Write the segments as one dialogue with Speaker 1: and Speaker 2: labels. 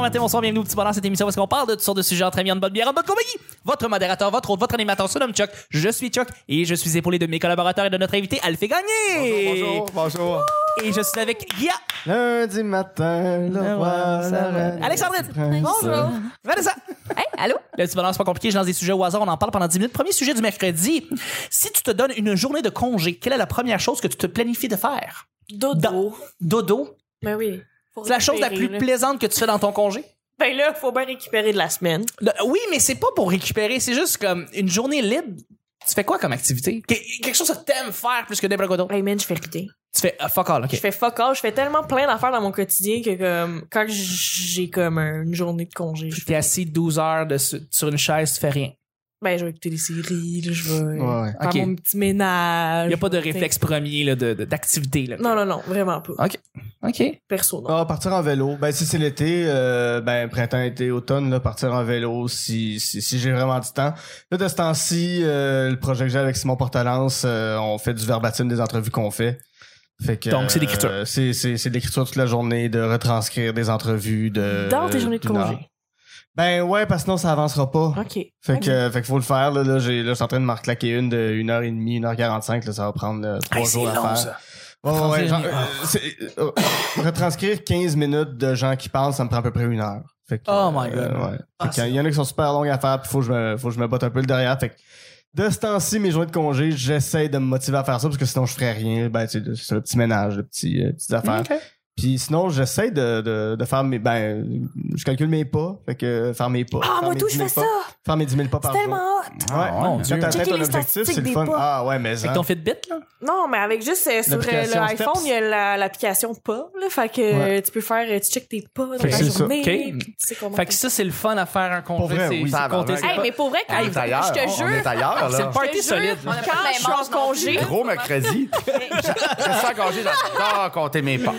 Speaker 1: matin, bonsoir, bienvenue au petit bonheur. Cette émission parce qu'on parle de toutes sortes de sujets entre amis, en bonne bière, en bonne compagnie. Votre modérateur, votre hôte, votre animateur se nomme Chuck. Je suis Chuck et je suis épaulé de mes collaborateurs et de notre invité, Alphé Gagné.
Speaker 2: Bonjour, bonjour.
Speaker 1: Et je suis avec Guilla.
Speaker 2: Lundi matin, le roi, la reine.
Speaker 1: Alexandrine.
Speaker 3: Bonjour.
Speaker 1: Vanessa.
Speaker 3: Hey, allô?
Speaker 1: Le petit bonheur, c'est pas compliqué. Je lance des sujets au hasard. On en parle pendant 10 minutes. Premier sujet du mercredi. Si tu te donnes une journée de congé, quelle est la première chose que tu te planifies de faire?
Speaker 4: Dodo.
Speaker 1: Dodo.
Speaker 4: Ben oui. Faut
Speaker 1: C'est la chose la plus
Speaker 4: récupérer, là.
Speaker 1: plaisante que tu fais dans ton congé?
Speaker 4: Ben là, faut bien récupérer de la semaine.
Speaker 1: Le- oui, mais c'est pas pour récupérer, c'est juste comme une journée libre. Tu fais quoi comme activité? Que- quelque chose que t'aimes faire plus que n'importe quoi d'autre.
Speaker 4: Hey man, je fais rien.
Speaker 1: Tu fais ah, fuck all, ok.
Speaker 4: Je fais fuck all. Je fais tellement plein d'affaires dans mon quotidien que comme, quand j'ai comme un- une journée de congé, je-
Speaker 1: T'es assis 12 heures de- sur une chaise, tu fais rien.
Speaker 4: ben je vais écouter des séries, là, je vais
Speaker 2: Ouais, ouais.
Speaker 4: faire
Speaker 1: Ok.
Speaker 4: mon petit ménage.
Speaker 1: Il y a pas de
Speaker 4: je vais-
Speaker 1: réflexe premier là, de- de- d'activité. là.
Speaker 4: Non, non, non, vraiment pas.
Speaker 1: Ok. Ok.
Speaker 4: Perso, non.
Speaker 2: Ah, partir en vélo. Ben, si c'est l'été, euh, ben, printemps, été, automne, là, partir en vélo si, si, si j'ai vraiment du temps. Là, de ce temps-ci, euh, le projet que j'ai avec Simon Portalance, euh, on fait du verbatim des entrevues qu'on fait. Fait que,
Speaker 1: Donc, c'est
Speaker 2: euh,
Speaker 1: l'écriture.
Speaker 2: c'est, c'est, c'est de l'écriture toute la journée, de retranscrire des entrevues, de.
Speaker 4: Dans tes journées de
Speaker 2: Euh, d'une
Speaker 4: congé.
Speaker 2: heure. Ben, ouais, parce que sinon, ça avancera pas.
Speaker 4: OK.
Speaker 2: Fait que, euh, fait que faut le faire, là. Là, j'ai, là, je suis en train de m'en claquer une de 1h30, 1h45, là. Ça va prendre euh, trois
Speaker 1: Hey, Ah, c'est
Speaker 2: jours à
Speaker 1: long,
Speaker 2: faire.
Speaker 1: ça.
Speaker 2: Ouais, ouais,
Speaker 1: 31
Speaker 2: ouais, genre, euh, c'est- euh, retranscrire 15 minutes de gens qui parlent, ça me prend à peu près une heure. Fait que, euh,
Speaker 1: Oh my God.
Speaker 2: ouais. Fait
Speaker 1: Ah,
Speaker 2: que,
Speaker 1: c'est
Speaker 2: il y en a qui sont super longues à faire, puis faut que je me, faut que je me botte un peu le derrière. Fait que, de ce temps-ci, mes journées de congé, j'essaie de me motiver à faire ça parce que sinon je ferais rien. Ben, tu sais, c'est le petit ménage, le petit, euh, petites affaires. Puis sinon, j'essaie de, de, de faire mes, ben, euh, je calcule mes pas. Fait que euh, faire mes pas.
Speaker 4: Ah,
Speaker 2: faire
Speaker 4: moi
Speaker 2: mes
Speaker 4: tout,
Speaker 2: 10
Speaker 4: je
Speaker 2: 000
Speaker 4: fais ça.
Speaker 2: pas, Faire mes 10 000 pas
Speaker 4: C'est
Speaker 2: par jour.
Speaker 4: tellement hot.
Speaker 2: Ouais.
Speaker 1: Oh, mon Dieu.
Speaker 2: Quand t'atteins
Speaker 4: Checker
Speaker 2: ton
Speaker 4: les
Speaker 2: objectif,
Speaker 4: statistiques
Speaker 2: c'est le
Speaker 4: des
Speaker 2: fun.
Speaker 4: pas.
Speaker 2: Ah ouais, mais
Speaker 1: Avec
Speaker 2: hein.
Speaker 1: ton Fitbit, là?
Speaker 4: Non, mais avec juste euh, sur euh,
Speaker 2: L'application
Speaker 4: l'iPhone,
Speaker 2: Steps.
Speaker 4: il y a la- l'application pas. Là, fait que
Speaker 2: Ouais.
Speaker 4: euh, tu peux faire, euh, tu check tes pas dans
Speaker 2: Fait que
Speaker 4: ta
Speaker 2: c'est ça.
Speaker 4: journée.
Speaker 1: OK.
Speaker 4: puis Tu sais comment
Speaker 1: Fait que ça, c'est le fun à faire un congé.
Speaker 2: Pour vrai,
Speaker 1: c'est
Speaker 2: oui.
Speaker 1: c'est
Speaker 5: Ça,
Speaker 1: compter
Speaker 5: ben,
Speaker 1: ses
Speaker 5: ben,
Speaker 4: Hey,
Speaker 1: pas.
Speaker 4: mais pour vrai, quand
Speaker 5: On est ailleurs.
Speaker 4: je te
Speaker 5: On est
Speaker 4: jure,
Speaker 5: ailleurs,
Speaker 1: C'est le
Speaker 5: là.
Speaker 1: party
Speaker 4: Je te
Speaker 1: solide.
Speaker 4: jure,
Speaker 1: là.
Speaker 3: a pas
Speaker 4: quand
Speaker 3: le même
Speaker 4: je suis en
Speaker 3: âge non
Speaker 4: congé,
Speaker 3: plus.
Speaker 5: Gros mercredi. Je suis en congé, j'adore compter mes pas.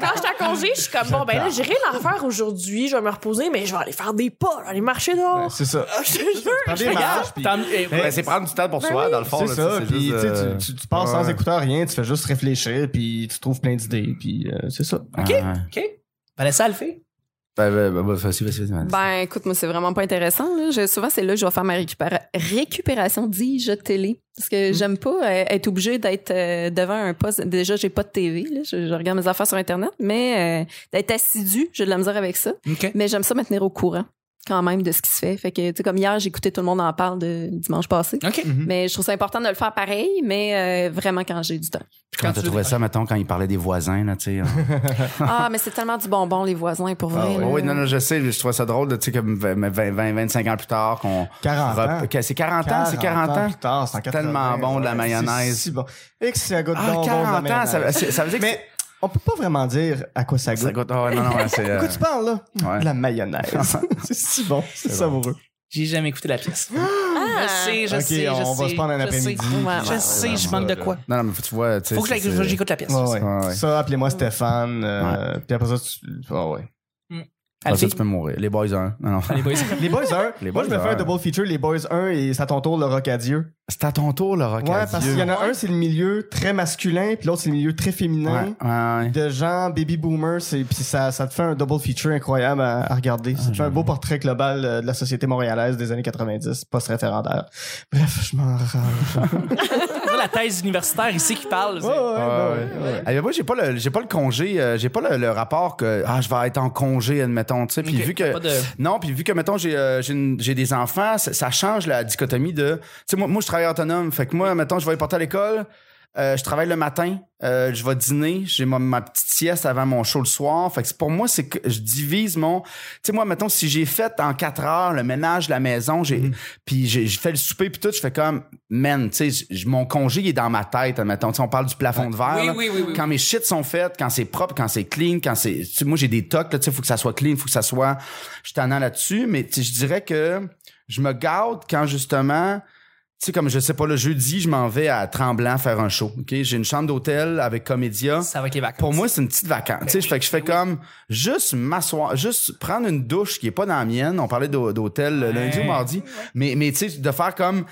Speaker 4: quand je suis en congé, je suis comme bon ben là, j'ai rien à faire aujourd'hui, je vais me reposer, mais je vais aller faire des pas, je vais aller marcher
Speaker 2: Ouais,
Speaker 4: dehors.
Speaker 2: euh, C'est ça.
Speaker 4: je te jure,
Speaker 2: Prends des
Speaker 4: je regarde.
Speaker 2: marches, puis-
Speaker 1: T'en- eh,
Speaker 5: Ben, c'est prendre du temps pour soi, dans le fond.
Speaker 2: C'est
Speaker 5: là,
Speaker 2: ça,
Speaker 5: tu sais,
Speaker 2: puis
Speaker 5: juste,
Speaker 2: tu sais,
Speaker 5: euh,
Speaker 2: tu, tu, tu passes sans
Speaker 5: ouais.
Speaker 2: écouteur, rien, tu fais juste réfléchir, puis tu trouves plein d'idées, puis euh, c'est ça.
Speaker 1: OK. OK. Vanessa, elle le fait.
Speaker 5: Ben, ben, ben, ben, vas-y, vas-y, vas-y.
Speaker 3: Ben, écoute, moi, c'est vraiment pas intéressant. Là. Je- souvent, c'est là que je vais faire ma récupéra- récupération, dis-je, de télé. Parce que
Speaker 5: Mm.
Speaker 3: j'aime pas euh, être obligée d'être euh, devant un poste. Déjà, j'ai pas de TV. Là. Je, je regarde mes affaires sur Internet. Mais euh, d'être assidue, j'ai de la misère avec ça.
Speaker 1: OK.
Speaker 3: Mais j'aime ça me tenir au courant quand même de ce qui se fait. Fait que, tu sais, comme hier, j'écoutais tout le monde en parle de dimanche passé.
Speaker 1: OK.
Speaker 2: Mm-hmm.
Speaker 5: Mm-hmm.
Speaker 3: Mais je trouve ça important de le faire pareil, mais euh, vraiment quand j'ai du temps.
Speaker 5: Quand tu trouvais ça, mettons, quand il parlait des voisins, là, tu sais.
Speaker 3: Ah, mais c'est tellement du bonbon, les voisins, pour vrai.
Speaker 5: Ah oui,
Speaker 3: là.
Speaker 5: oui, non, non, je sais, je trouvais ça drôle, de, tu sais, comme 20, 20, 25 ans plus tard, qu'on.
Speaker 2: 40 ans.
Speaker 5: Rep- que C'est 40, ans, c'est 40 ans.
Speaker 2: plus tard, c'est en
Speaker 5: C'est tellement
Speaker 2: 80,
Speaker 5: bon, de la
Speaker 2: ouais,
Speaker 5: mayonnaise.
Speaker 2: C'est si bon. Et que c'est à goût de
Speaker 5: Ah,
Speaker 2: bonbon, de la
Speaker 5: 40 ans, ça,
Speaker 2: mayonnaise.
Speaker 5: c'est- ça veut dire que.
Speaker 2: Mais on peut pas vraiment dire à quoi ça
Speaker 5: c'est- Ça
Speaker 2: goûte.
Speaker 5: goûte. Ah ouais, non, non, ouais, c'est. euh,
Speaker 2: Pourquoi tu parles, là?
Speaker 5: ouais.
Speaker 2: De la mayonnaise. c'est si bon, c'est
Speaker 5: C'est
Speaker 2: savoureux.
Speaker 1: J'ai jamais écouté la pièce.
Speaker 4: Ah.
Speaker 1: Je sais, je
Speaker 2: Ok,
Speaker 1: sais.
Speaker 2: on
Speaker 1: je
Speaker 2: va
Speaker 1: sais,
Speaker 2: se prendre un
Speaker 1: je
Speaker 2: après-midi.
Speaker 1: sais.
Speaker 3: Ouais,
Speaker 1: Je
Speaker 3: ouais,
Speaker 1: sais,
Speaker 2: ouais,
Speaker 1: je
Speaker 2: ouais,
Speaker 1: manque de
Speaker 2: ouais.
Speaker 1: quoi.
Speaker 5: Non, non, mais faut que tu vois, tu sais.
Speaker 1: Faut que
Speaker 5: c'est-
Speaker 1: j'aille- j'écoute la pièce.
Speaker 2: Ouais,
Speaker 1: c'est
Speaker 2: ouais.
Speaker 5: Ouais, ouais.
Speaker 2: Ça, appelez-moi Stéphane. euh, Puis après ça, tu... ah ouais.
Speaker 1: ça.
Speaker 5: Ah,
Speaker 1: Elle
Speaker 5: ça,
Speaker 1: fait-
Speaker 5: tu peux mourir. Les boys, hein. Non, non.
Speaker 1: Allez, boys.
Speaker 2: Les Boys 1.
Speaker 5: Les
Speaker 2: moi, je
Speaker 5: Boys
Speaker 2: me fais un
Speaker 5: un.
Speaker 2: double feature, les Boys 1 et ça à ton tour, le Rocadieux.
Speaker 5: C'est à ton tour, le rock.
Speaker 2: Ouais, parce qu'il y en a un, c'est le milieu très masculin, puis l'autre, c'est le milieu très féminin.
Speaker 5: Ouais, ouais, ouais.
Speaker 2: De gens baby boomers, c'est- puis ça, ça te fait un double feature incroyable à, à regarder. Ça te fait un
Speaker 5: Mm-hmm.
Speaker 2: beau portrait global euh, de la société montréalaise des années 90, post-référendaire. Bref, je m'en rends.
Speaker 1: C'est la thèse universitaire ici qui parle. c'est-
Speaker 2: ouais, ouais, ouais.
Speaker 5: Eh bien, moi, j'ai pas le, j'ai pas le congé, euh, j'ai pas le, le rapport que ah, je vais être en congé, admettons, tu sais. Puis
Speaker 1: Ok,
Speaker 5: vu
Speaker 1: pas
Speaker 5: que
Speaker 1: de-
Speaker 5: non, puis vu que mettons j'ai, euh, j'ai, une- j'ai des enfants, ça, ça change la dichotomie de, tu sais, moi, moi je travaille autonome, fait que moi, mettons, je vais les porter à l'école. euh, je travaille le matin, euh, je vais dîner, j'ai ma, ma petite sieste avant mon show le soir. Fait que c'est- pour moi, c'est que je divise mon. Tu sais, moi, mettons, si j'ai fait en quatre heures le ménage, la maison, j'ai
Speaker 1: Mhm.
Speaker 5: puis j'ai j'ai fait le souper, puis tout, je fais comme, man, tu sais, j- j- mon congé, il est dans ma tête, admettons. Tu sais, on parle du plafond de verre.
Speaker 1: Oui,
Speaker 5: là.
Speaker 1: oui, oui, oui.
Speaker 5: Quand mes shit sont faites, quand c'est propre, quand c'est clean, quand c'est. tu sais, Moi, j'ai des tocs, là, tu sais, faut que ça soit clean, faut que ça soit. Je suis tannant là-dessus, mais tu sais, je dirais que je me garde quand justement. Tu sais, comme je sais pas, le jeudi, je m'en vais à Tremblant faire un show. OK? J'ai une chambre d'hôtel avec Comédia.
Speaker 1: Ça va avec les vacances. Ben
Speaker 5: Pour moi, c'est une petite vacance. tu sais, je fais que je fais comme juste m'asseoir, juste prendre une douche qui est pas dans la mienne. On parlait d'hô- d'hôtel le lundi ou mardi, mais mais tu sais de faire comme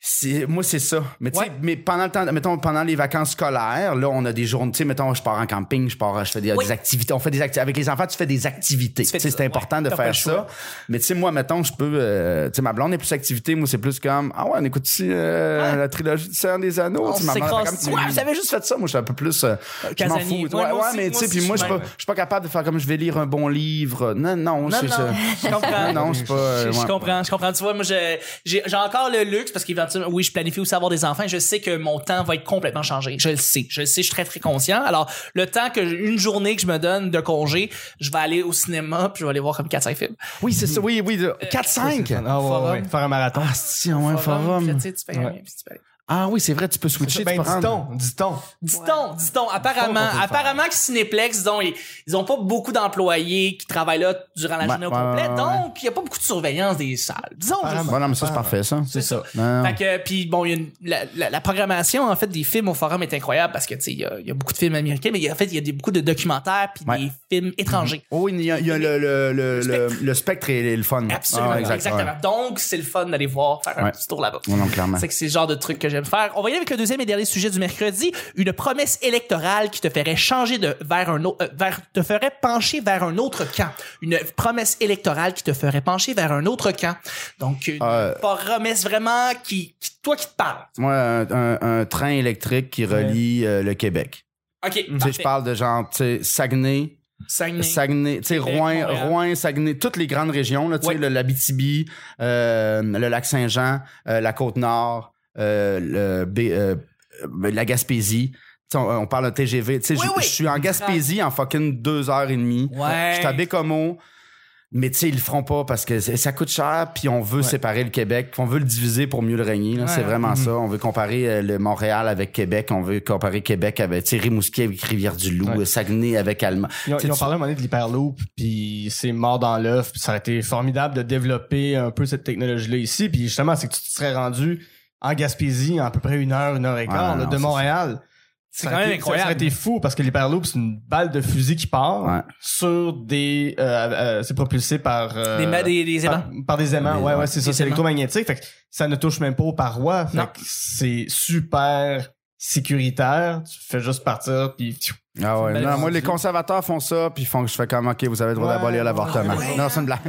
Speaker 5: c'est moi c'est ça mais tu sais
Speaker 1: Ouais.
Speaker 5: mais pendant le temps mettons pendant les vacances scolaires là on a des journées tu sais mettons je pars en camping je pars je fais des,
Speaker 1: Oui.
Speaker 5: des activités on fait des activités avec les enfants tu fais des activités
Speaker 1: Tu fais
Speaker 5: Tu sais,
Speaker 1: ça,
Speaker 5: c'est important
Speaker 1: ouais.
Speaker 5: de
Speaker 1: T'as pas le
Speaker 5: faire
Speaker 1: choix.
Speaker 5: ça mais tu sais moi mettons je peux euh, tu sais ma blonde est plus activité moi c'est plus comme ah ouais on écoute ici euh,
Speaker 1: Ouais.
Speaker 5: la trilogie du Seigneur des Anneaux
Speaker 1: Ah. On
Speaker 5: Tu sais, ma blonde fait
Speaker 1: s'écrase
Speaker 5: comme, ouais
Speaker 1: dessus.
Speaker 5: vous avez juste fait ça moi je suis un peu plus euh, je m'en
Speaker 1: Casanier.
Speaker 5: fous ouais,
Speaker 1: Ouais, moi
Speaker 5: ouais,
Speaker 1: aussi,
Speaker 5: mais
Speaker 1: moi
Speaker 5: tu sais
Speaker 1: aussi,
Speaker 5: puis moi
Speaker 1: je suis
Speaker 5: je suis pas
Speaker 1: même.
Speaker 5: je suis pas capable de faire comme je vais lire un bon livre non non
Speaker 1: Non,
Speaker 5: c'est
Speaker 1: non,
Speaker 5: ça
Speaker 1: je comprends.
Speaker 5: non c'est pas euh,
Speaker 1: Je, je
Speaker 5: ouais.
Speaker 1: comprends, je comprends. Tu vois, moi, je- j'ai j'ai encore le luxe parce qu'éventuellement, oui, je planifie aussi avoir des enfants. et Je sais que mon temps va être complètement changé. Je le sais. Je le sais, je suis très, très conscient. Alors, le temps que, j'ai- une journée que je me donne de congé, je vais aller au cinéma puis je vais aller voir comme 4-5 films.
Speaker 5: oui c'est ça oui oui de- 4 5
Speaker 2: Ah, ouais, ouais, ouais. Faire un marathon.
Speaker 5: Ah, si, ouais,
Speaker 1: Euh, Forum, puis là,
Speaker 5: forum.
Speaker 1: tu sais, tu fais rien,
Speaker 2: Ouais.
Speaker 1: puis tu fais rien.
Speaker 5: Ah oui, c'est vrai, tu peux switcher.
Speaker 2: ben,
Speaker 5: tu peux rendre-
Speaker 2: dit-on, dit-on.
Speaker 1: Dit-on, dit-on,
Speaker 2: Pas
Speaker 1: apparemment,
Speaker 2: qu'on peut le
Speaker 1: apparemment que Cinéplex, disons, ils, ils ont pas beaucoup d'employés qui travaillent là durant la
Speaker 5: Ouais,
Speaker 1: journée au
Speaker 5: ouais,
Speaker 1: complet,
Speaker 5: ouais, ouais.
Speaker 1: donc il y a pas beaucoup de surveillance des salles. Disons, juste
Speaker 2: Apparemment.
Speaker 5: Bon, Ah, non, mais ça, c'est parfait, ça.
Speaker 2: C'est ça.
Speaker 5: Non.
Speaker 1: Fait que, puis bon, il y a une- la, la- la programmation en fait des films au forum est incroyable parce que tu sais, il y, a- il y a beaucoup de films américains, mais il y a- en fait il y a des- beaucoup de documentaires puis
Speaker 5: Ouais.
Speaker 1: des films étrangers.
Speaker 5: Oh, il y a, il y a le, le, le, le,
Speaker 1: Spectre.
Speaker 5: le spectre et le fun.
Speaker 1: Absolument,
Speaker 5: Ah, exact,
Speaker 1: exactement. Donc c'est le fun d'aller voir faire un
Speaker 5: Ouais.
Speaker 1: petit tour là-bas.
Speaker 5: ouais. Non, non, clairement.
Speaker 1: C'est que c'est le genre de truc que j'aime faire. On va y aller avec le deuxième et dernier sujet du mercredi. Une promesse électorale qui te ferait changer de vers un autre, euh, vers, te ferait pencher vers un autre camp. Une promesse électorale qui te ferait pencher vers un autre camp. Donc, une
Speaker 5: Euh.
Speaker 1: promesse vraiment qui, qui- toi qui te parle.
Speaker 5: Moi, un, un- un train électrique qui relie euh, le Québec.
Speaker 1: OK.
Speaker 5: Tu sais, je parle de genre, tu sais, Saguenay,
Speaker 1: Saguenay.
Speaker 5: Saguenay, tu sais,
Speaker 1: Québec,
Speaker 5: Rouen,
Speaker 1: Montréal.
Speaker 5: Rouen, Saguenay, toutes les grandes régions, là, tu
Speaker 1: Ouais.
Speaker 5: sais, le l'Abitibi, euh, le lac Saint-Jean, euh, la Côte-Nord, euh, le B- euh, euh, la Gaspésie. Tu sais, On, on parle de TGV. Tu sais,
Speaker 1: Oui,
Speaker 5: je-
Speaker 1: oui.
Speaker 5: je suis en Gaspésie en fucking deux heures et demie.
Speaker 1: Ouais.
Speaker 5: Je suis à Bécomo. Mais tu sais, ils le feront pas parce que c'est- ça coûte cher, puis on veut séparer le Québec, puis on veut le diviser pour mieux le régner. là. c'est
Speaker 1: Ouais. Mm-hmm.
Speaker 5: vraiment ça. On veut comparer euh, le Montréal avec Québec, on veut comparer Québec avec tu sais, Rimouski avec Rivière-du-Loup,
Speaker 2: Ouais.
Speaker 5: euh, Saguenay avec Allemagne.
Speaker 2: Ils ont,
Speaker 5: Tu sais,
Speaker 2: ils ont
Speaker 5: tu-
Speaker 2: parlé à un moment donné de l'hyperloop, puis c'est mort dans l'œuf, puis ça aurait été formidable de développer un peu cette technologie-là ici, puis justement, c'est que tu te serais rendu en Gaspésie en à peu près une heure, une heure et quart,
Speaker 5: Ouais,
Speaker 2: là,
Speaker 5: non,
Speaker 2: de
Speaker 5: c'est
Speaker 2: Montréal.
Speaker 1: C'est
Speaker 2: Ça
Speaker 1: quand
Speaker 2: aurait
Speaker 1: même
Speaker 2: été- Ça aurait
Speaker 1: incroyable.
Speaker 2: été fou parce que l'hyperloop, c'est une balle de fusil qui part
Speaker 5: Ouais.
Speaker 2: sur des... euh, euh, c'est propulsé par... euh,
Speaker 1: Des, ma- des, des
Speaker 5: Ah,
Speaker 1: aimants.
Speaker 2: par, par des aimants,
Speaker 5: Des-
Speaker 2: ouais,
Speaker 5: ouais.
Speaker 2: ouais, c'est ça,
Speaker 1: Des
Speaker 2: c'est
Speaker 1: aimants.
Speaker 2: électromagnétique. Fait que ça ne touche même pas aux parois. Fait
Speaker 1: Non.
Speaker 2: que c'est super sécuritaire. Tu fais juste partir, puis pfiou,
Speaker 5: Ah
Speaker 1: une
Speaker 5: ouais.
Speaker 2: Ben,
Speaker 1: belle
Speaker 5: Non, moi,
Speaker 1: idée.
Speaker 5: les conservateurs font ça, puis ils font que je fais comme, OK, vous avez le droit
Speaker 2: Ouais.
Speaker 5: d'abolir l'avortement.
Speaker 1: Ouais.
Speaker 5: Non, c'est une blague.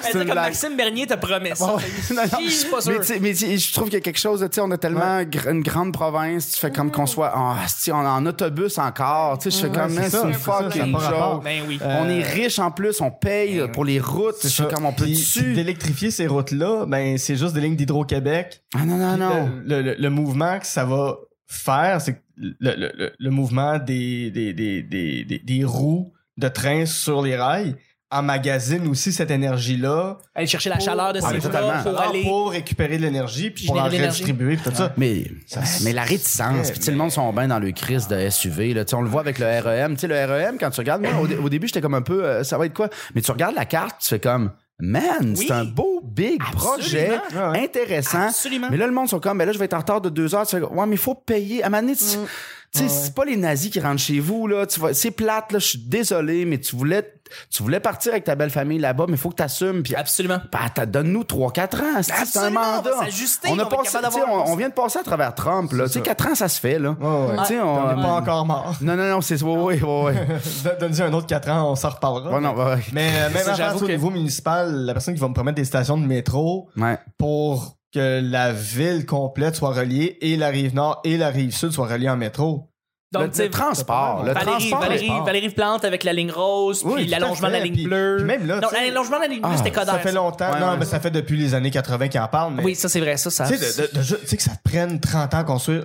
Speaker 1: C'est
Speaker 5: une
Speaker 1: comme
Speaker 5: blague. Ah,
Speaker 1: Maxime Bernier te promet ça.
Speaker 5: Ouais. Non, non.
Speaker 1: Je suis pas sûr.
Speaker 5: Mais, tu sais, mais tu sais, je trouve qu'il y a quelque chose, de, tu sais, on a tellement gr- une grande province, tu fais comme qu'on soit en, ah, si on est en autobus encore, tu sais, je fais comme,
Speaker 2: c'est
Speaker 5: man,
Speaker 2: ça,
Speaker 5: c'est une
Speaker 2: c'est ça, ça a
Speaker 5: fucking
Speaker 2: pas rapport. Euh,
Speaker 5: joke. Euh,
Speaker 1: Ben oui.
Speaker 5: On est riche en plus, on paye pour les routes, je fais
Speaker 2: ça.
Speaker 5: comme on peut
Speaker 2: Puis- puis
Speaker 5: dessus.
Speaker 2: d'électrifier ces routes-là, ben c'est juste des lignes d'Hydro-Québec.
Speaker 5: Ah non, non,
Speaker 2: Puis
Speaker 5: non.
Speaker 2: Le, le- le mouvement que ça va faire, c'est que le, le- le- le mouvement des, des, des, des, des- des roues de train sur les rails emmagasine aussi cette énergie-là
Speaker 1: Aller chercher la chaleur de
Speaker 5: Ah, mais
Speaker 1: ces gens
Speaker 5: totalement.
Speaker 1: pour aller.
Speaker 2: pour récupérer de l'énergie puis pour
Speaker 1: Générer
Speaker 2: la
Speaker 1: de l'énergie. Ah,
Speaker 2: redistribuer puis tout ça.
Speaker 5: Mais,
Speaker 2: Ça,
Speaker 5: mais la réticence, puis tu sais, le monde sont bien dans le crise de SUV. Là, Tu sais, on le voit avec le REM. Tu sais, le REM, quand tu regardes, moi, au, dé- au début, j'étais comme un peu, euh, ça va être quoi? Mais tu regardes la carte, tu fais comme, man,
Speaker 1: Oui.
Speaker 5: c'est un beau, big projet,
Speaker 2: Ouais, ouais.
Speaker 5: intéressant.
Speaker 1: Absolument.
Speaker 5: Mais là, le monde sont comme, ben là, je vais être en retard de deux heures. Tu fais, ouais, mais il faut payer. À un moment donné, tu- tu sais, c'est pas les nazis qui rentrent chez vous, là. Tu vas- c'est plate, là. Je suis désolé, mais tu voulais, tu voulais partir avec ta belle famille là-bas, mais il faut que t'assumes. Puis
Speaker 1: Absolument.
Speaker 5: bah, t'as- donne-nous 3-4 ans. c'est- C'est un
Speaker 1: Absolument, on va
Speaker 5: mandat.
Speaker 1: s'ajuster,
Speaker 5: on, a
Speaker 1: on va être
Speaker 5: passé,
Speaker 1: capable
Speaker 5: tu sais,
Speaker 1: d'avoir-
Speaker 5: on, on vient de passer à travers Trump. Là. Tu sais,
Speaker 2: ça.
Speaker 5: 4 ans, ça se fait. Là.
Speaker 2: Ouais, ouais.
Speaker 5: Tu sais,
Speaker 2: On n'est
Speaker 5: on-
Speaker 2: pas
Speaker 1: euh,
Speaker 2: encore mort.
Speaker 5: Non, non, non, c'est. Oui, oui, oui. oui.
Speaker 2: Donne-y un autre 4 ans, on s'en reparlera.
Speaker 5: Ouais, non, ouais,
Speaker 2: Mais euh, même
Speaker 1: Ça,
Speaker 2: à
Speaker 1: j'avoue
Speaker 2: au
Speaker 1: que-
Speaker 2: niveau municipal, la personne qui va me promettre des stations de métro
Speaker 5: ouais. Ouais.
Speaker 2: pour que la ville complète soit reliée et la rive nord et la rive sud soient reliées en métro.
Speaker 5: Le-
Speaker 1: Donc, tu
Speaker 5: le,
Speaker 1: sais,
Speaker 5: transport. Le
Speaker 1: Valérie,
Speaker 5: transport.
Speaker 1: Valérie, Valérie Plante avec la ligne rose,
Speaker 2: Oui,
Speaker 1: puis
Speaker 2: tout à
Speaker 1: l'allongement de la
Speaker 2: fait.
Speaker 1: ligne
Speaker 2: Puis-
Speaker 1: bleue.
Speaker 2: puis même là,
Speaker 1: non,
Speaker 2: tu sais,
Speaker 1: l'allongement de la ligne bleue,
Speaker 5: ah,
Speaker 1: c'était Coderre.
Speaker 2: Ça fait longtemps.
Speaker 5: Ouais,
Speaker 2: non,
Speaker 5: ouais.
Speaker 2: mais ça fait depuis les années 80 qu'ils en parlent. Mais
Speaker 1: Oui, ça, c'est vrai. Ça, ça.
Speaker 2: tu sais, de- de- de ju- tu sais que ça te prenne 30 ans à construire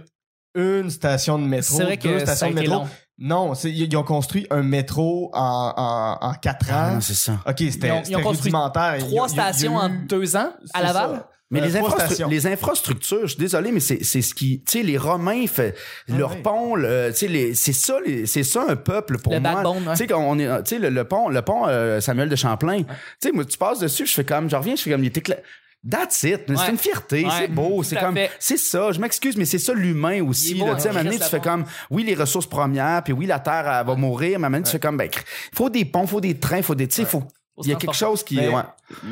Speaker 2: une station de métro,
Speaker 1: c'est vrai
Speaker 2: deux
Speaker 1: que ça
Speaker 2: stations
Speaker 1: a
Speaker 2: de
Speaker 1: été
Speaker 2: métro.
Speaker 1: long.
Speaker 2: Non, c'est- ils ils ont construit un métro en, en, 4
Speaker 5: Ah,
Speaker 2: ans.
Speaker 5: non, c'est ça.
Speaker 2: OK,
Speaker 1: Ils ont-
Speaker 2: c'était
Speaker 1: ils
Speaker 2: c'était
Speaker 1: ont construit
Speaker 2: rudimentaire. Ben, Il y a- il y a-
Speaker 1: Trois
Speaker 2: il y a
Speaker 1: stations
Speaker 2: eu-
Speaker 1: en deux ans à
Speaker 2: C'est
Speaker 1: Laval.
Speaker 2: ça.
Speaker 5: Mais
Speaker 2: Euh,
Speaker 5: les,
Speaker 2: trois
Speaker 5: infrastru-
Speaker 2: stations.
Speaker 5: les infrastructures, je suis désolé, mais c'est c'est ce qui, tu sais, les Romains, fait, leur
Speaker 2: Ah oui.
Speaker 5: pont, le- tu sais, les- c'est ça, les- c'est ça un peuple pour
Speaker 1: Le
Speaker 5: moi.
Speaker 1: backbone, ouais.
Speaker 5: Tu sais, quand on est, tu sais, le, le pont, le pont euh, Samuel de Champlain, tu sais, moi, tu passes dessus, je fais comme, je reviens, je fais comme, il était cla- That's it, mais
Speaker 1: Ouais.
Speaker 5: c'est une fierté,
Speaker 1: Ouais.
Speaker 5: c'est beau,
Speaker 1: Tout
Speaker 5: c'est
Speaker 1: à
Speaker 5: comme,
Speaker 1: fait.
Speaker 5: c'est ça. Je m'excuse, mais c'est ça l'humain aussi.
Speaker 1: Il est beau,
Speaker 5: là. Tu sais,
Speaker 1: hein,
Speaker 5: à un moment donné,
Speaker 1: Chris
Speaker 5: tu fais
Speaker 1: Laporte.
Speaker 5: comme, oui, les ressources premières, puis oui, la terre elle va mourir. Mais à un moment donné, tu fais comme, ben, cr- faut des ponts, faut des trains, faut des, tu sais, faut
Speaker 1: Faut se
Speaker 5: Il y a quelque
Speaker 1: transporter.
Speaker 5: chose qui.
Speaker 2: Mais-
Speaker 5: ouais.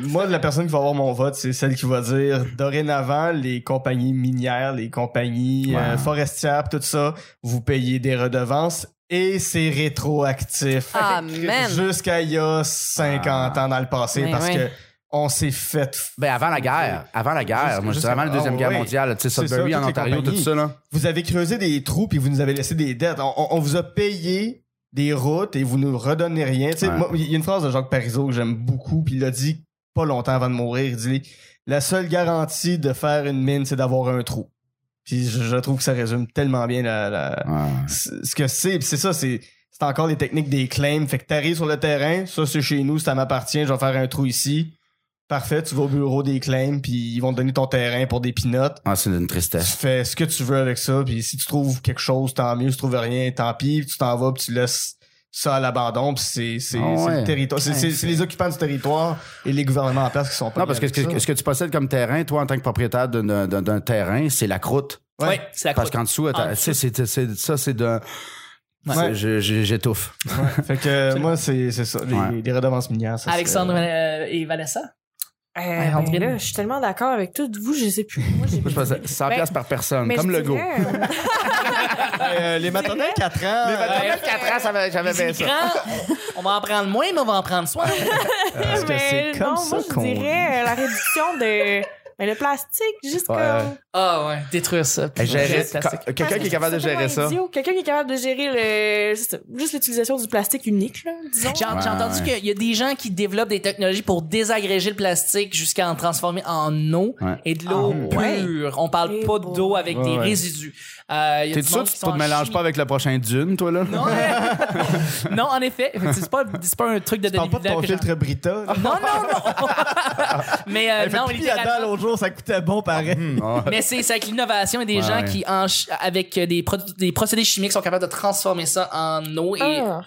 Speaker 2: Moi, la personne qui va avoir mon vote, c'est celle qui va dire dorénavant, les compagnies minières, les compagnies euh,
Speaker 5: Wow.
Speaker 2: forestières, tout ça, vous payez des redevances et c'est rétroactif.
Speaker 3: Amen.
Speaker 2: Jusqu'à il y a 50 ans dans le passé
Speaker 3: Mais
Speaker 2: parce
Speaker 3: oui.
Speaker 2: que on s'est fait. f-
Speaker 5: Ben avant la guerre, avant la guerre,
Speaker 2: Juste-
Speaker 5: moi je
Speaker 2: juste
Speaker 5: dirais avant la
Speaker 2: avant-
Speaker 5: deuxième
Speaker 2: ah,
Speaker 5: guerre
Speaker 2: ouais.
Speaker 5: mondiale, tu sais
Speaker 2: C'est ça,
Speaker 5: Sudbury
Speaker 2: toutes
Speaker 5: en
Speaker 2: les
Speaker 5: Ontario, tout
Speaker 2: compagnies.
Speaker 5: ça là.
Speaker 2: Vous avez creusé des trous puis vous nous avez laissé des dettes. On, on- on vous a payé des routes et vous nous redonnez rien. Tu sais,
Speaker 5: Ouais.
Speaker 2: moi, Il y a une phrase de Jacques Parizeau que j'aime beaucoup puis il l'a dit pas longtemps avant de mourir. Il dit la seule garantie de faire une mine, c'est d'avoir un trou. Puis je, je trouve que ça résume tellement bien la- la- ce ce que c'est. Puis c'est ça, c'est c'est encore les techniques des claims. Fait que t'arrives sur le terrain, ça c'est chez nous, ça m'appartient, je vais faire un trou ici. Parfait, tu vas au bureau des claims, puis ils vont te donner ton terrain pour des pinottes.
Speaker 5: Ah, c'est une
Speaker 2: Tu
Speaker 5: tristesse.
Speaker 2: fais ce que tu veux avec ça, puis si tu trouves quelque chose, tant mieux. Si tu trouves rien, tant pis. Puis tu t'en vas, puis tu laisses ça à l'abandon, puis c'est c'est-
Speaker 5: Ah
Speaker 2: c'est
Speaker 5: ouais.
Speaker 2: le territoire. C'est- C'est c'est les occupants du territoire et les gouvernements en place qui sont pas
Speaker 5: Non, parce que
Speaker 2: bien
Speaker 5: ce que,
Speaker 2: avec
Speaker 5: ce que tu possèdes comme terrain, toi en tant que propriétaire d'un- d'un d'un- d'un terrain, c'est la croûte.
Speaker 2: Ouais.
Speaker 1: Ouais, c'est la
Speaker 5: Parce
Speaker 1: croûte.
Speaker 5: qu'en dessous,
Speaker 1: En
Speaker 5: t'as-
Speaker 1: dessous.
Speaker 5: c'est- c'est- c'est- ça c'est de.
Speaker 1: Ouais.
Speaker 5: c'est- je- je- J'étouffe.
Speaker 2: ça. Ouais. Fait que euh, moi, c'est c'est ça. Les,
Speaker 5: Ouais.
Speaker 2: les redevances minières, ça
Speaker 1: Alexandre euh, et Vanessa.
Speaker 4: Euh,
Speaker 1: on
Speaker 4: ben
Speaker 1: vient.
Speaker 4: là, je suis tellement d'accord avec tout. Vous, je sais plus. Moi, j'ai
Speaker 5: Moi, je pensais 100
Speaker 4: Ben,
Speaker 5: piastres par personne,
Speaker 4: Mais
Speaker 5: comme
Speaker 4: je
Speaker 5: le go.
Speaker 4: dirais, euh,
Speaker 2: c'est- Euh, les maternelles 4 ans. euh,
Speaker 1: Ah,
Speaker 5: j'avais
Speaker 1: Les immigrants, on va en prendre moins, mais on va en prendre soin.
Speaker 2: euh, Parce que c'est
Speaker 4: mais
Speaker 2: comme
Speaker 4: non,
Speaker 2: ça
Speaker 4: moi, je
Speaker 2: qu'on
Speaker 4: dirais euh, la réduction de mais le plastique, juste
Speaker 5: Ouais, ouais.
Speaker 4: comme.
Speaker 1: Ah ouais, détruire ça. puis
Speaker 5: Gérer-
Speaker 1: le plastique.
Speaker 5: quand- Quelqu'un qui est capable de
Speaker 4: C'est tellement
Speaker 5: gérer ça.
Speaker 4: idiot. Quelqu'un qui est capable de gérer le, juste, juste l'utilisation du plastique unique, là, disons.
Speaker 1: J'ai
Speaker 5: Ouais,
Speaker 1: j'ai entendu
Speaker 5: ouais.
Speaker 1: qu'il y a des gens qui développent des technologies pour désagréger le plastique jusqu'à en transformer en eau
Speaker 5: Ouais.
Speaker 1: et de l'eau
Speaker 3: Ah, ouais.
Speaker 1: pure. On parle
Speaker 4: Et
Speaker 1: pas
Speaker 4: beau.
Speaker 1: d'eau avec
Speaker 2: Ouais,
Speaker 1: des
Speaker 2: ouais.
Speaker 1: résidus. Euh, il y a
Speaker 5: T'es
Speaker 1: du
Speaker 5: sûr
Speaker 1: monde
Speaker 5: que
Speaker 1: qui
Speaker 5: tu
Speaker 1: sont
Speaker 5: te
Speaker 1: en
Speaker 5: mélanges
Speaker 1: chimie.
Speaker 5: pas avec le prochain Dune, toi, là?
Speaker 1: Non, ouais. non, en effet, Fait que c'est pas, c'est pas un truc de
Speaker 2: Je parle
Speaker 1: euh, Denis
Speaker 2: pas de
Speaker 1: Villeneuve
Speaker 2: ton
Speaker 1: que j'ai-
Speaker 2: filtre Brita. là.
Speaker 1: Non, non, non. mais euh,
Speaker 2: Elle fait
Speaker 1: non,
Speaker 2: pipi
Speaker 1: littéralement-
Speaker 2: là-dedans l'autre jour, ça coûtait bon pareil.
Speaker 5: Ah.
Speaker 1: Mais c'est c'est avec l'innovation et des
Speaker 5: Ouais,
Speaker 1: gens
Speaker 5: ouais.
Speaker 1: qui, en ch- avec euh, des, produ- des procédés chimiques, sont capables de transformer ça en eau et
Speaker 4: Ah.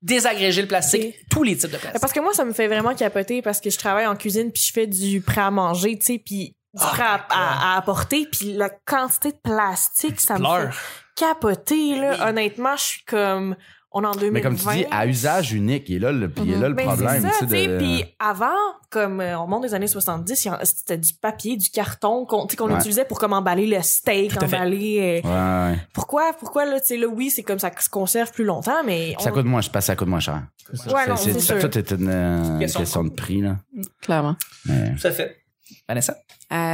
Speaker 1: désagréger le plastique, tous les types de plastique.
Speaker 4: Parce que moi, ça me fait vraiment capoter parce que je travaille en cuisine puis je fais du prêt à manger, tu sais, puis du
Speaker 1: Ah,
Speaker 4: prêt à, à- à apporter puis la quantité de plastique, ça me fait
Speaker 1: Pleure.
Speaker 4: capoter, là.
Speaker 1: Oui.
Speaker 4: Honnêtement, je suis comme, on est en 2020.
Speaker 5: Mais comme tu dis, à usage unique, il est là le, puis il est là le
Speaker 4: Ben,
Speaker 5: problème.
Speaker 4: c'est ça,
Speaker 5: tu sais, de-
Speaker 4: Puis avant, comme euh, au monde des années 70, il y en- c'était du papier, du carton qu'on tu sais, qu'on
Speaker 5: Ouais.
Speaker 4: utilisait pour comme emballer le steak,
Speaker 1: à fait.
Speaker 4: emballer. euh,
Speaker 5: Ouais, ouais.
Speaker 4: Pourquoi, pourquoi là, tu sais, là, oui, c'est comme ça que se conserve plus longtemps, mais
Speaker 5: Ça
Speaker 4: on-
Speaker 5: coûte moins, je passe, ça coûte moins cher.
Speaker 4: Ouais, non,
Speaker 5: C'est-
Speaker 4: c'est
Speaker 5: c'est-
Speaker 4: sûr.
Speaker 5: Tout est une, euh, une
Speaker 1: Question
Speaker 5: question,
Speaker 1: de
Speaker 5: de prix, là.
Speaker 3: Clairement.
Speaker 5: Mais-
Speaker 1: Tout à fait. Vanessa?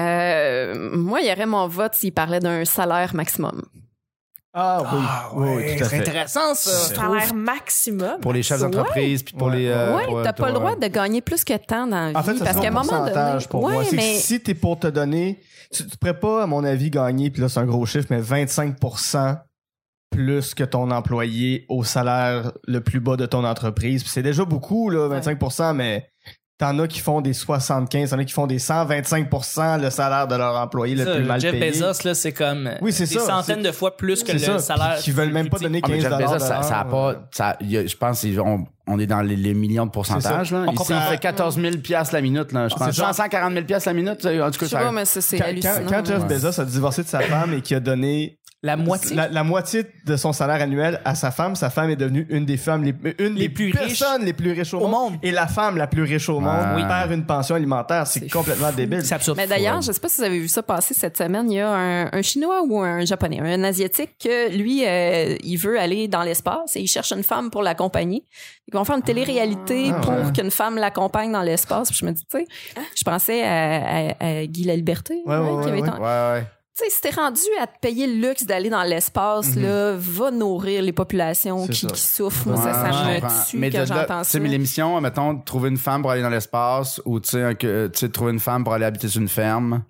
Speaker 3: Euh, moi, il y aurait mon vote s'il parlait d'un salaire maximum.
Speaker 2: Ah oui, tout à
Speaker 1: c'est
Speaker 2: fait.
Speaker 1: intéressant, ça.
Speaker 4: ça a l'air maximum.
Speaker 5: Pour les chefs d'entreprise, puis pour
Speaker 2: Ouais.
Speaker 5: les. euh,
Speaker 3: oui,
Speaker 5: pour, euh,
Speaker 3: t'as pas le
Speaker 5: pour, euh,
Speaker 3: droit de gagner plus que tant dans la
Speaker 2: En fait,
Speaker 3: vie,
Speaker 2: ça
Speaker 3: parce
Speaker 2: c'est
Speaker 3: qu'à
Speaker 2: un
Speaker 3: un moment donné,
Speaker 2: pourcentage pour
Speaker 3: ouais,
Speaker 2: moi. C'est que
Speaker 3: mais
Speaker 2: si t'es pour te donner, tu, tu pourrais pas, à mon avis, gagner, puis là, c'est un gros chiffre, mais 25% plus que ton employé au salaire le plus bas de ton entreprise. Puis c'est déjà beaucoup, là, 25%, mais t'en as qui font des 75, t'en as qui font des 125% le salaire de leur employé le
Speaker 1: Ça,
Speaker 2: plus mal
Speaker 1: Jeff
Speaker 2: payé.
Speaker 1: Bezos, là, c'est comme euh,
Speaker 2: Oui, c'est
Speaker 1: des
Speaker 2: ça,
Speaker 1: centaines
Speaker 2: c'est-
Speaker 1: de fois plus que
Speaker 2: C'est
Speaker 1: le
Speaker 2: ça,
Speaker 1: salaire.
Speaker 2: puis qui veulent même pas donner
Speaker 5: Ah, mais
Speaker 2: 15
Speaker 5: Jeff Bezos, ça,
Speaker 2: de
Speaker 5: ça a
Speaker 2: l'heure.
Speaker 5: pas. ça- il y a- je pense qu'on on est dans les, les millions de pourcentages. Là.
Speaker 2: On
Speaker 5: Ici,
Speaker 2: comprend-
Speaker 5: on fait 14 000 piastres la minute. Là, je pense.
Speaker 2: c'est genre-
Speaker 5: 140 000 piastres la minute. En tout
Speaker 3: Ah, je sais
Speaker 5: cas, ça-
Speaker 3: pas, mais ça, c'est
Speaker 2: Quand, quand-
Speaker 3: hallucinant.
Speaker 2: quand Jeff
Speaker 3: ouais.
Speaker 2: Bezos a divorcé de sa femme et qui a donné
Speaker 1: La moitié.
Speaker 2: La, la moitié de son salaire annuel à sa femme. Sa femme est devenue une des femmes, les, une
Speaker 1: Les
Speaker 2: des
Speaker 1: plus riches
Speaker 2: personnes les plus riches au,
Speaker 1: au
Speaker 2: monde.
Speaker 1: monde.
Speaker 2: Et la femme la plus riche au monde
Speaker 5: Oui.
Speaker 2: perd une pension alimentaire. C'est complètement débile.
Speaker 1: C'est absurde.
Speaker 3: Mais d'ailleurs, je sais pas si vous avez vu ça passer cette semaine, il y a un, un Chinois ou un Japonais, un Asiatique, que lui, euh, il veut aller dans l'espace et il cherche une femme pour l'accompagner. Ils vont faire une télé-réalité
Speaker 2: Ah,
Speaker 3: pour
Speaker 2: ouais.
Speaker 3: qu'une femme l'accompagne dans l'espace. Puis je me dis, tu sais, je pensais à, à- à Guy Laliberté,
Speaker 2: Ouais,
Speaker 3: hein,
Speaker 2: ouais,
Speaker 3: qui avait
Speaker 2: ouais,
Speaker 3: été
Speaker 2: ouais.
Speaker 3: en-
Speaker 5: Ouais, ouais.
Speaker 3: Tu sais, si t'es rendu à te payer le luxe d'aller dans l'espace,
Speaker 5: Mhm.
Speaker 3: là, va nourrir les populations
Speaker 2: C'est
Speaker 3: qui,
Speaker 2: ça.
Speaker 3: qui souffrent. Moi, ça, ça
Speaker 5: Ouais, je comprends.
Speaker 3: me tue
Speaker 5: mais de
Speaker 3: quand
Speaker 5: là-
Speaker 3: j'entends
Speaker 5: tu sais,
Speaker 3: ça.
Speaker 5: mais l'émission, mettons, trouver une femme pour aller dans l'espace ou tu sais, un que- tu sais, trouver une femme pour aller habiter sur une ferme.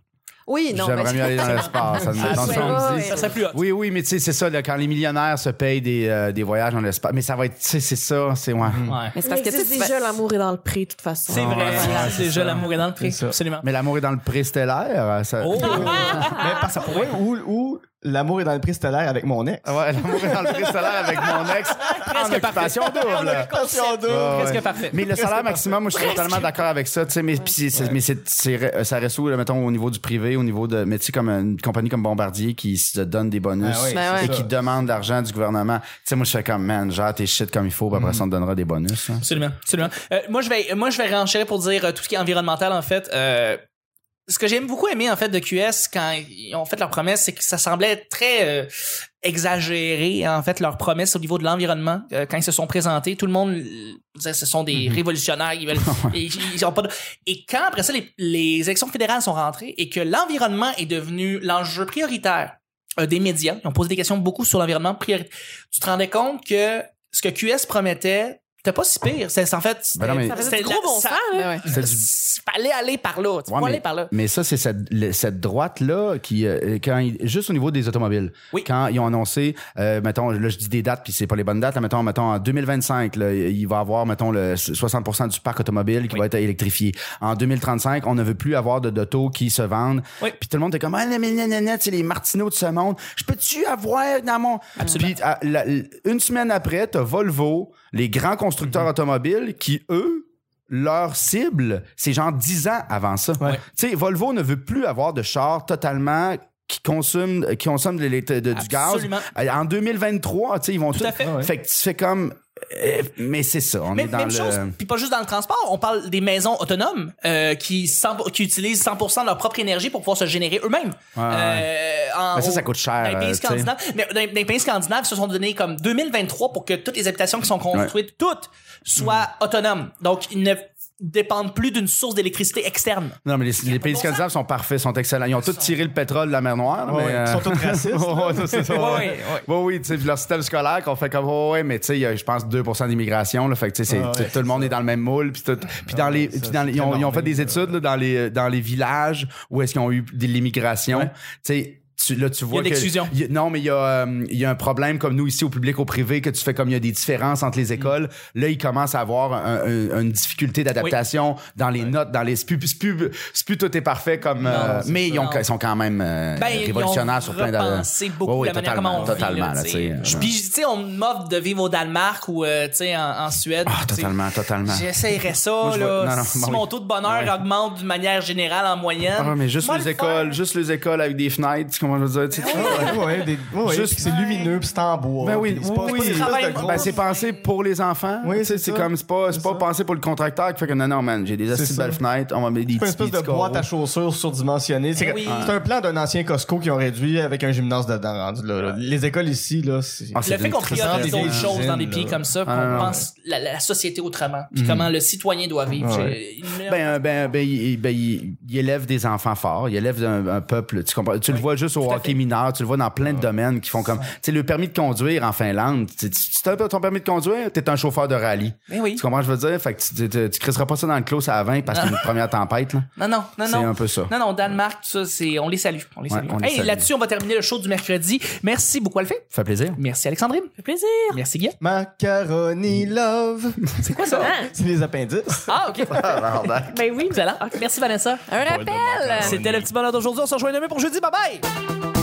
Speaker 3: Oui, non, mais
Speaker 5: J'aimerais mieux aller dans l'espace. admettons,
Speaker 3: ouais,
Speaker 5: si on
Speaker 3: ouais,
Speaker 5: dit.
Speaker 1: Ça serait plus hot.
Speaker 5: Oui, oui, mais tu sais, c'est ça, là, quand les millionnaires se payent des, euh, des voyages dans l'espace. Mais ça va être, tu sais, c'est ça, c'est moi.
Speaker 1: Ouais.
Speaker 3: mais c'est parce
Speaker 4: Parce
Speaker 3: que tu sais,
Speaker 4: existe
Speaker 3: tu
Speaker 4: déjà
Speaker 3: fais-
Speaker 4: l'amour est dans le prix, de toute façon.
Speaker 1: C'est vrai.
Speaker 5: ouais, ouais,
Speaker 1: c'est
Speaker 5: c'est
Speaker 1: déjà
Speaker 5: ça.
Speaker 1: l'amour est dans le prix.
Speaker 2: C'est ça. oh!
Speaker 1: Absolument.
Speaker 5: euh, Mais l'amour est dans le préstellaire. Ça...
Speaker 1: Oh!
Speaker 2: Mais par- oui, ou, ou L'amour est dans le prix stellaire avec mon ex.
Speaker 5: Ouais, l'amour est dans le prix salaire avec mon ex
Speaker 2: Ah,
Speaker 5: en occupation double.
Speaker 2: Attention, deux.
Speaker 5: Ah, ouais.
Speaker 1: Presque parfait.
Speaker 5: Mais le salaire maximum, moi, je suis totalement d'accord avec ça. Tu sais, mais pis c'est- c'est- mais c'est- c'est- euh, ça reste où, là, mettons, au niveau du privé, au niveau de. Mais tu sais, comme une compagnie comme Bombardier qui se donne des bonus
Speaker 2: Ah oui,
Speaker 3: Ben
Speaker 5: et
Speaker 3: ouais.
Speaker 5: qui demande l'argent du gouvernement. Tu sais, moi, je fais comme, man, genre, t'es shit comme il faut, puis après, ça, on te donnera des bonus. hein.
Speaker 1: Absolument, absolument. Euh, moi, je vais, moi, je vais réenchérir pour dire euh, tout ce qui est environnemental, en fait. Euh, ce que j'ai beaucoup aimé, en fait, de QS, quand ils ont fait leur promesse, c'est que ça semblait très euh, exagéré, en fait, leur promesse au niveau de l'environnement. Euh, quand ils se sont présentés, tout le monde euh, disait ce sont des
Speaker 5: Mhm.
Speaker 1: révolutionnaires, ils veulent... et, ils ont pas de- et quand, après ça, les, les élections fédérales sont rentrées et que l'environnement est devenu l'enjeu prioritaire euh, des médias, ils ont posé des questions beaucoup sur l'environnement prioritaire, tu te rendais compte que ce que QS promettait, c'était pas si pire. C'est en fait, c'était-
Speaker 5: Ben non, mais-
Speaker 4: Ça faisait
Speaker 1: c'était
Speaker 4: du gros
Speaker 1: la-
Speaker 4: bon
Speaker 1: ça-
Speaker 4: sens, là.
Speaker 3: Ben ouais.
Speaker 5: C'est du-
Speaker 1: Fallait aller par là. Tu
Speaker 5: Ouais,
Speaker 1: peux
Speaker 5: mais-
Speaker 1: aller par là.
Speaker 5: Mais ça, c'est cette, le- cette droite-là qui, euh, quand ils- juste au niveau des automobiles,
Speaker 1: Oui.
Speaker 5: quand ils ont annoncé, euh, mettons, là, je dis des dates, puis c'est pas les bonnes dates, là, mettons, mettons, en 2025, là, il va avoir, mettons, le 60 du parc automobile qui
Speaker 1: Oui.
Speaker 5: va être électrifié. En 2035, on ne veut plus avoir de d'autos qui se vendent.
Speaker 1: Oui.
Speaker 5: Puis tout le monde est comme, ah, mais nanana, tu sais, les martineaux de ce monde, je peux-tu avoir dans mon...
Speaker 1: Absolument.
Speaker 5: Puis, à- la- une semaine après, t'as Volvo, les grands
Speaker 1: Mm-hmm.
Speaker 5: constructeurs automobiles qui, eux, leur cible, c'est genre 10 ans avant ça.
Speaker 2: Ouais.
Speaker 5: Tu sais, Volvo ne veut plus avoir de chars totalement qui consomment, qui consomment de l'élect- de- du gaz.
Speaker 1: Absolument.
Speaker 5: Euh, En 2023, tu sais, ils vont tout.
Speaker 1: à fait.
Speaker 5: Fait que tu fais comme. euh, Mais c'est ça, on est
Speaker 1: Même,
Speaker 5: dans
Speaker 1: même
Speaker 5: le.
Speaker 1: chose, puis pas juste dans le transport. On parle des maisons autonomes euh, qui, 100 qui utilisent 100% de leur propre énergie pour pouvoir se générer eux-mêmes.
Speaker 5: Ah Ouais, ouais.
Speaker 1: Euh, en-
Speaker 5: Mais ça, ça
Speaker 1: au-
Speaker 5: coûte cher,
Speaker 1: Dans les
Speaker 5: euh,
Speaker 1: pays
Speaker 5: tu sais.
Speaker 1: scandinaves, mais dans, dans les pays scandinaves, ils se sont donnés comme 2023 pour que toutes les habitations qui sont construites, toutes, soient
Speaker 5: Hmm.
Speaker 1: autonomes. Donc, ils ne dépendent plus d'une source d'électricité externe.
Speaker 5: Non, mais les, les pays scandinaves sont parfaits, sont excellents. Ils ont tous tiré le pétrole de la mer Noire.
Speaker 2: Ouais,
Speaker 5: mais, euh,
Speaker 2: Ils sont tous racistes.
Speaker 5: Ouais, ouais, c'est ça.
Speaker 1: Ouais,
Speaker 5: Ouais,
Speaker 1: ouais, ouais.
Speaker 5: Ouais, oui, tu sais, puis leur système scolaire qu'on fait comme, ouais, ouais, mais tu sais, il y a, je pense, 2 d'immigration, là. Fait que, tu sais, c'est-
Speaker 2: Ah, Ouais,
Speaker 5: tu sais,
Speaker 2: ouais,
Speaker 5: tout le monde est dans le même moule. Puis, tout- puis dans les,
Speaker 2: ça,
Speaker 5: puis dans les-
Speaker 2: c'est
Speaker 5: ils, ont,
Speaker 2: très
Speaker 5: ils ont fait
Speaker 2: normé,
Speaker 5: des études, là, dans les, dans les villages où est-ce qu'ils ont eu de l'immigration. Tu sais, tu- là, tu vois.
Speaker 1: de
Speaker 5: que-
Speaker 1: l'exclusion.
Speaker 5: il y a- non, mais il y, a, euh, il y a un problème, comme nous, ici, au public, au privé, que tu fais comme il y a des différences entre
Speaker 1: Mm.
Speaker 5: les écoles. Là, ils commencent à avoir un- un- une difficulté d'adaptation dans les notes, dans les. C'est plus, c'est plus- c'est plus tout est parfait comme. euh,
Speaker 1: c'est
Speaker 5: mais
Speaker 1: ça.
Speaker 5: ils, ont-
Speaker 1: Non.
Speaker 5: ils sont quand même euh,
Speaker 1: ben,
Speaker 5: révolutionnaires sur plein
Speaker 1: Ils ont
Speaker 5: d'aspects.
Speaker 1: repensé beaucoup
Speaker 5: Ouais, ouais,
Speaker 1: la manière
Speaker 5: totalement,
Speaker 1: comment on
Speaker 5: totalement,
Speaker 1: vit.
Speaker 5: là,
Speaker 1: Là, tu
Speaker 5: tu sais,
Speaker 1: sais.
Speaker 5: euh,
Speaker 1: Puis, tu sais, on m'offre de vivre au Danemark ou euh, tu sais, en, en Suède.
Speaker 5: Ah,
Speaker 1: tu sais.
Speaker 5: totalement, totalement.
Speaker 1: J'essayerais ça,
Speaker 5: je
Speaker 1: là.
Speaker 5: vois- non, non,
Speaker 1: si
Speaker 5: bon,
Speaker 1: mon
Speaker 5: oui.
Speaker 1: taux de bonheur augmente d'une manière générale en moyenne.
Speaker 5: Ah, mais juste
Speaker 1: moi,
Speaker 5: les
Speaker 1: le faire.
Speaker 5: écoles, juste les écoles avec des fenêtres, comment je veux dire, tu sais.
Speaker 2: Ouais, ouais, ouais, des- ouais, ouais,
Speaker 5: Juste-
Speaker 2: puis c'est lumineux, puis c'est en bois.
Speaker 5: Ben oui,
Speaker 2: puis il
Speaker 5: oui,
Speaker 2: se passe pas
Speaker 5: oui.
Speaker 2: des espèces de
Speaker 1: Travail-
Speaker 2: grosses-
Speaker 5: Ben, c'est pensé pour les enfants.
Speaker 2: Oui,
Speaker 5: Tu sais,
Speaker 2: c'est
Speaker 5: c'est
Speaker 2: ça.
Speaker 5: comme c'est pas, c'est
Speaker 2: C'est
Speaker 5: pas
Speaker 2: ça.
Speaker 5: pensé pour le contracteur qui fait que non non man, j'ai des assez
Speaker 2: C'est
Speaker 5: belles
Speaker 2: ça.
Speaker 5: fenêtres, on va mettre des
Speaker 2: C'est une
Speaker 5: petits
Speaker 2: espèce de
Speaker 5: petits
Speaker 2: boîte à
Speaker 5: carreaux.
Speaker 2: chaussures surdimensionnée. C'est que-
Speaker 1: Ben Oui.
Speaker 2: c'est un plan d'un ancien Costco qui ont réduit avec un gymnase dedans. rendu là, là. Les écoles ici, là, c'est.
Speaker 5: Ah,
Speaker 1: Le
Speaker 5: c'est
Speaker 1: fait
Speaker 5: une
Speaker 1: qu'on
Speaker 5: très
Speaker 1: priorise
Speaker 2: grande
Speaker 1: d'autres choses
Speaker 2: usine,
Speaker 1: dans des
Speaker 2: là.
Speaker 1: pays comme ça, qu'on
Speaker 5: Ah, non, non,
Speaker 1: pense la, la société autrement, puis comment le citoyen doit vivre.
Speaker 2: Ouais.
Speaker 1: J'ai-
Speaker 5: Ben, euh, ben, ben, il, ben, il- il élève des enfants forts, il élève un, un peuple. Tu, comprends? tu le vois juste au
Speaker 1: à
Speaker 5: hockey
Speaker 1: fait.
Speaker 5: mineur, tu le vois dans plein de domaines qui font comme. Tu sais, le permis de conduire en Finlande, tu as ton permis de conduire, t'es un chauffeur de rallye.
Speaker 1: Ben oui.
Speaker 5: Tu comprends, je veux dire? Fait que tu, tu, tu- tu crisseras pas ça dans le clos à 20 parce que c'est une première tempête, là.
Speaker 1: Non, non, non,
Speaker 5: C'est
Speaker 1: non.
Speaker 5: un peu ça.
Speaker 1: Non, non, Danemark, tout ça, c'est, on les salue. On les
Speaker 5: Ouais,
Speaker 1: salue.
Speaker 5: on les
Speaker 1: Hey,
Speaker 5: salue.
Speaker 1: là-dessus, on va terminer le show du mercredi. Merci beaucoup, Alphée.
Speaker 5: Ça fait plaisir.
Speaker 1: Merci, Alexandrine.
Speaker 4: fait plaisir.
Speaker 1: Merci, Guillaume.
Speaker 2: Macaroni Love.
Speaker 1: C'est quoi ça?
Speaker 4: Hein?
Speaker 2: C'est les appendices.
Speaker 1: Ah, OK.
Speaker 4: Ben oui. Ah,
Speaker 1: Excellent. Merci, Vanessa.
Speaker 3: Un rappel!
Speaker 1: C'était le petit bonheur d'aujourd'hui. On se rejoint demain pour jeudi. Bye bye!